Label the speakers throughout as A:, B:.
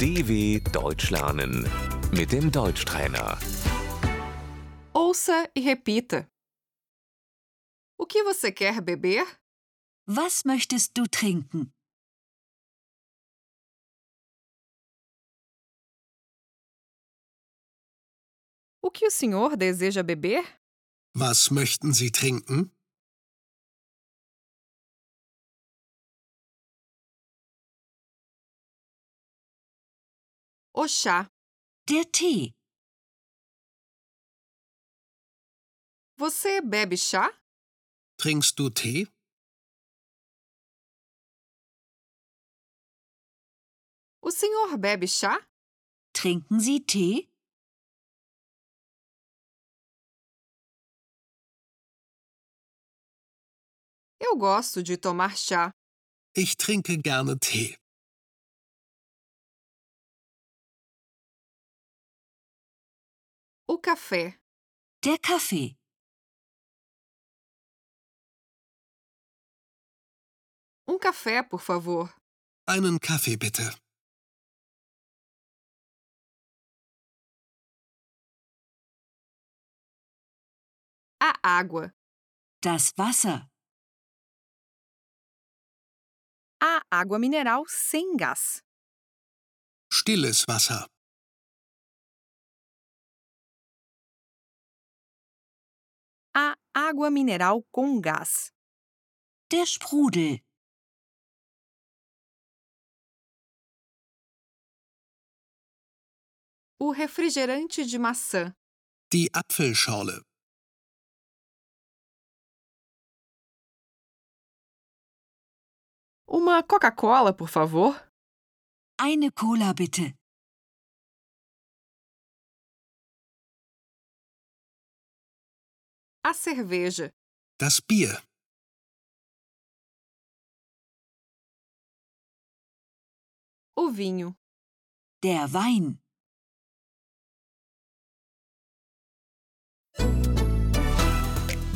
A: DW Deutsch lernen mit dem Deutschtrainer.
B: Ouça e repita. O que você quer beber?
C: Was möchtest du trinken?
B: O que o senhor deseja beber?
D: Was möchten Sie trinken?
B: O chá.
C: Der Tee.
B: Você bebe chá?
D: Trinkst du Tee?
B: O senhor bebe chá?
C: Trinken Sie Tee?
B: Eu gosto de tomar chá.
D: Ich trinke gerne Tee.
B: O café.
C: Der Kaffee.
B: Um café, por favor.
D: Einen Kaffee bitte.
B: A água.
C: Das Wasser.
B: A água mineral sem gás.
D: Stilles Wasser.
B: A água mineral com gás.
C: Der Sprudel.
B: O refrigerante de maçã.
D: Die Apfelschorle.
B: Uma Coca-Cola, por favor.
C: Eine Cola bitte.
B: A cerveja.
D: Das Bier.
B: O vinho.
C: Der Wein.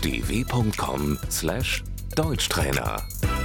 A: dw.com/deutschtrainer